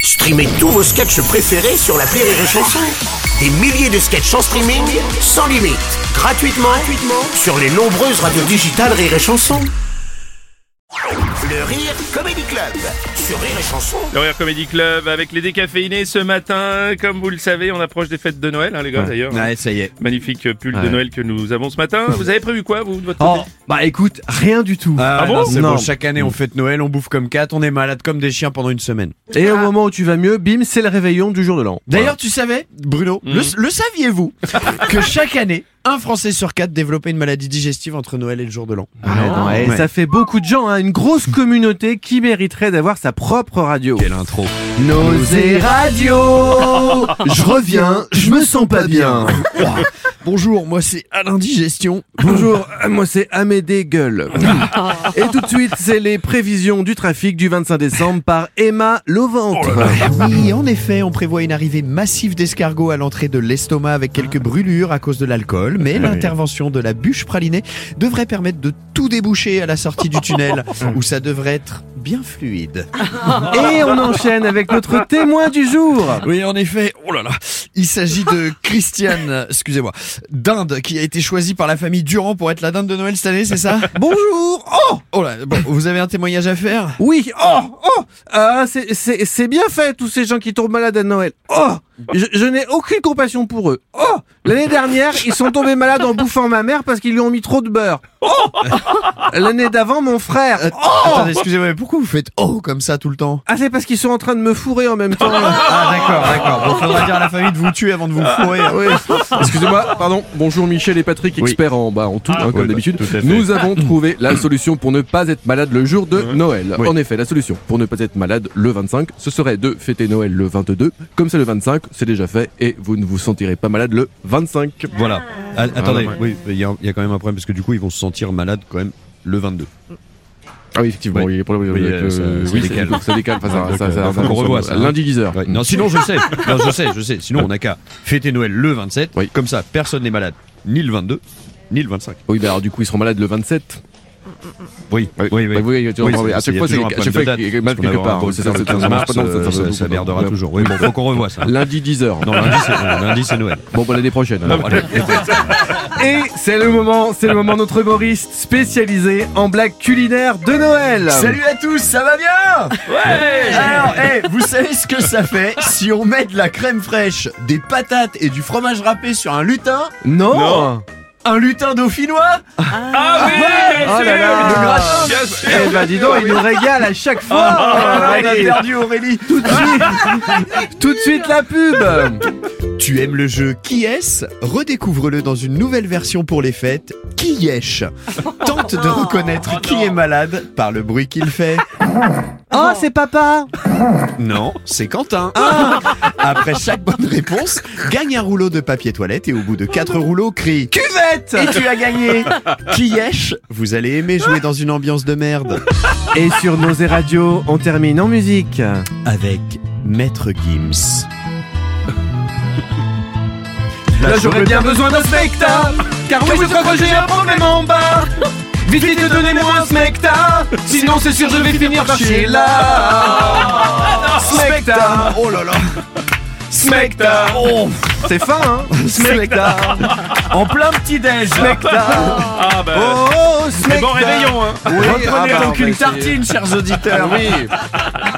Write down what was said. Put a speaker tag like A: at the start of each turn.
A: Streamez tous vos sketchs préférés sur la Rire et Chanson. Des milliers de sketchs en streaming, sans limite, gratuitement, gratuitement sur les nombreuses radios digitales Rire et Chanson. Le Rire Comedy Club sur Rire et Chanson.
B: Le Rire Comedy Club avec les décaféinés ce matin. Comme vous le savez, on approche des fêtes de Noël, hein, les gars, d'ailleurs.
C: Ouais, Ah, ça y est.
B: Magnifique pull de
C: Ouais.
B: Noël que nous avons ce matin. Vous avez prévu quoi, vous, de votre
C: Oh,
B: côté
C: bah écoute, rien du tout.
B: Ah bon
C: non, c'est
D: Non.
C: bon, chaque année on fête Noël, on bouffe comme quatre, on est malade comme des chiens pendant une semaine.
D: Et au moment où tu vas mieux, bim, c'est le réveillon du jour de l'an.
C: D'ailleurs, tu savais, Bruno, le, le saviez-vous que chaque année, un Français sur quatre développait une maladie digestive entre Noël et le jour de l'an
D: Voilà.
C: non,
D: Ouais,
C: Ah ouais.
D: Ah. Ça fait beaucoup de gens, hein, une grosse communauté qui mériterait d'avoir sa propre radio.
C: Quelle intro
D: Nausée radio Je reviens, je me sens pas bien.
C: Bonjour, moi c'est Alain Digestion.
D: Bonjour, euh, moi c'est Amédée Gueule. Et tout de suite, c'est les prévisions du trafic du 25 décembre par Emma Lovante.
C: Oui, en effet, on prévoit une arrivée massive d'escargots à l'entrée de l'estomac avec quelques brûlures à cause de l'alcool, mais l'intervention de la bûche pralinée devrait permettre de tout déboucher à la sortie du tunnel, où ça devrait être bien fluide.
D: Et on enchaîne avec notre témoin du jour.
C: Oui, en effet, oh là là, il s'agit de Christiane, excusez-moi, dinde, qui a été choisie par la famille Durand pour être la dinde de Noël cette année, c'est ça
D: Bonjour
C: Oh Oh là, bon, vous avez un témoignage à faire
D: Oui, oh, oh, ah, c'est- c'est c'est bien fait, tous ces gens qui tombent malades à Noël. Oh, je, je n'ai aucune compassion pour eux. Oh, l'année dernière, ils sont tombés malades en bouffant ma mère parce qu'ils lui ont mis trop de beurre. Oh, l'année d'avant, mon frère.
C: Attendez, excusez-moi, mais pourquoi vous faites oh comme ça tout le temps
D: Ah, c'est parce qu'ils sont en train de me fourrer en même temps.
C: Ah d'accord, d'accord. Bon, faudra dire à la famille de vous tuer avant de vous fourrer. hein.
D: Oui. Excusez-moi, pardon. Bonjour Michel et Patrick, experts en, bah, en tout, hein, comme d'habitude. Nous avons trouvé la solution pour ne pas être malade le jour de Noël. En effet, la solution pour ne pas être malade le 25, ce serait de fêter Noël le 22. Comme c'est le 25, c'est déjà fait et vous ne vous sentirez pas malade le 25.
C: Voilà. A-
D: Ah,
C: attendez, oui, il y, a il y a quand même un problème parce que du coup ils vont se sentir malades quand même le 22.
D: Ah oui, effectivement,
C: Oui.
D: il y a des problèmes
C: Oui,
D: avec,
C: euh, ça-
D: euh,
C: ça
D: oui,
C: décale.
D: c'est- Ah, ça décale. enfin, ça-
C: Donc,
D: ça-
C: euh,
D: ça-
C: faut
D: ça-
C: qu'on
D: ça-
C: revoie ça.
D: Lundi 10h.
C: Ouais. Non, sinon je sais. Non, je sais, je sais. Sinon on n'a qu'à fêter Noël le 27.
D: Oui.
C: Comme ça, personne n'est malade ni le 22 ni le 25.
D: Oui, bah alors du coup, ils seront malades le 27.
C: Oui, oui, oui.
D: Bah, oui, tu
C: Oui,
D: entends, mais à
C: c'est-
D: chaque
C: il y a
D: fois, c'est
C: toujours un
D: à chaque fois,
C: problème de
D: il y a
C: date,
D: mal
C: parce qu'on
D: quelque
C: avait un
D: part.
C: problème
D: c'est ça,
C: de
D: c'est
C: date
D: ça marche
C: en mars,
D: pas, non,
C: euh,
D: ça- ça-
C: ça-
D: ça-
C: Ça merdera
D: voilà.
C: toujours. Oui, bon, faut qu'on revoie ça.
D: Lundi 10h.
C: Non, lundi c'est lundi, c'est Noël.
D: Bon, bah l'année prochaine. alors.
E: Et c'est le moment, c'est le moment notre humoriste spécialisé en blagues culinaires de Noël.
C: Salut à tous, ça va bien Ouais Alors, eh, vous savez ce que ça fait si on met de la crème fraîche, des patates et du fromage râpé sur un lutin
E: Non,
B: Non.
C: Un lutin dauphinois
B: Ah oui, bien
E: Oh là là.
B: sûr
E: Le
C: gratin.
B: Bien sûr.
E: Eh ben dis donc, il nous régale à chaque fois. Ah,
C: On a
E: Allez,
C: perdu Aurélie
E: tout de suite la pub.
C: Tu aimes le jeu Qui est-ce Redécouvre-le dans une nouvelle version pour les fêtes, Qui est-ce Tente de reconnaître qui est malade par le bruit qu'il fait.
E: Oh, c'est papa. Ah.
C: Non, c'est Quentin. Après chaque bonne réponse, gagne un rouleau de papier toilette et au bout de quatre rouleaux, crie
E: Cuvette.
C: Et tu as gagné Qui est-ce Vous allez aimer jouer dans une ambiance de merde.
E: Et sur nos radios, on termine en musique.
C: Avec Maître Gims.
E: Là j'aurais bien besoin d'un spectacle Car oui je crois que j'ai un problème en bas Vite vite donnez-moi un smecta Sinon c'est sûr je vais finir par chez là Smecta
C: Oh là là
E: Smecta C'est fin hein Smecta En plein petit déj Smecta
B: Ah bah.
E: Oh
B: c'est
E: Smecta
B: bon réveillon, hein.
E: Reprenez
D: ah bah,
E: donc
D: on va
E: une
D: essayer.
E: tartine chers auditeurs
D: Ah oui.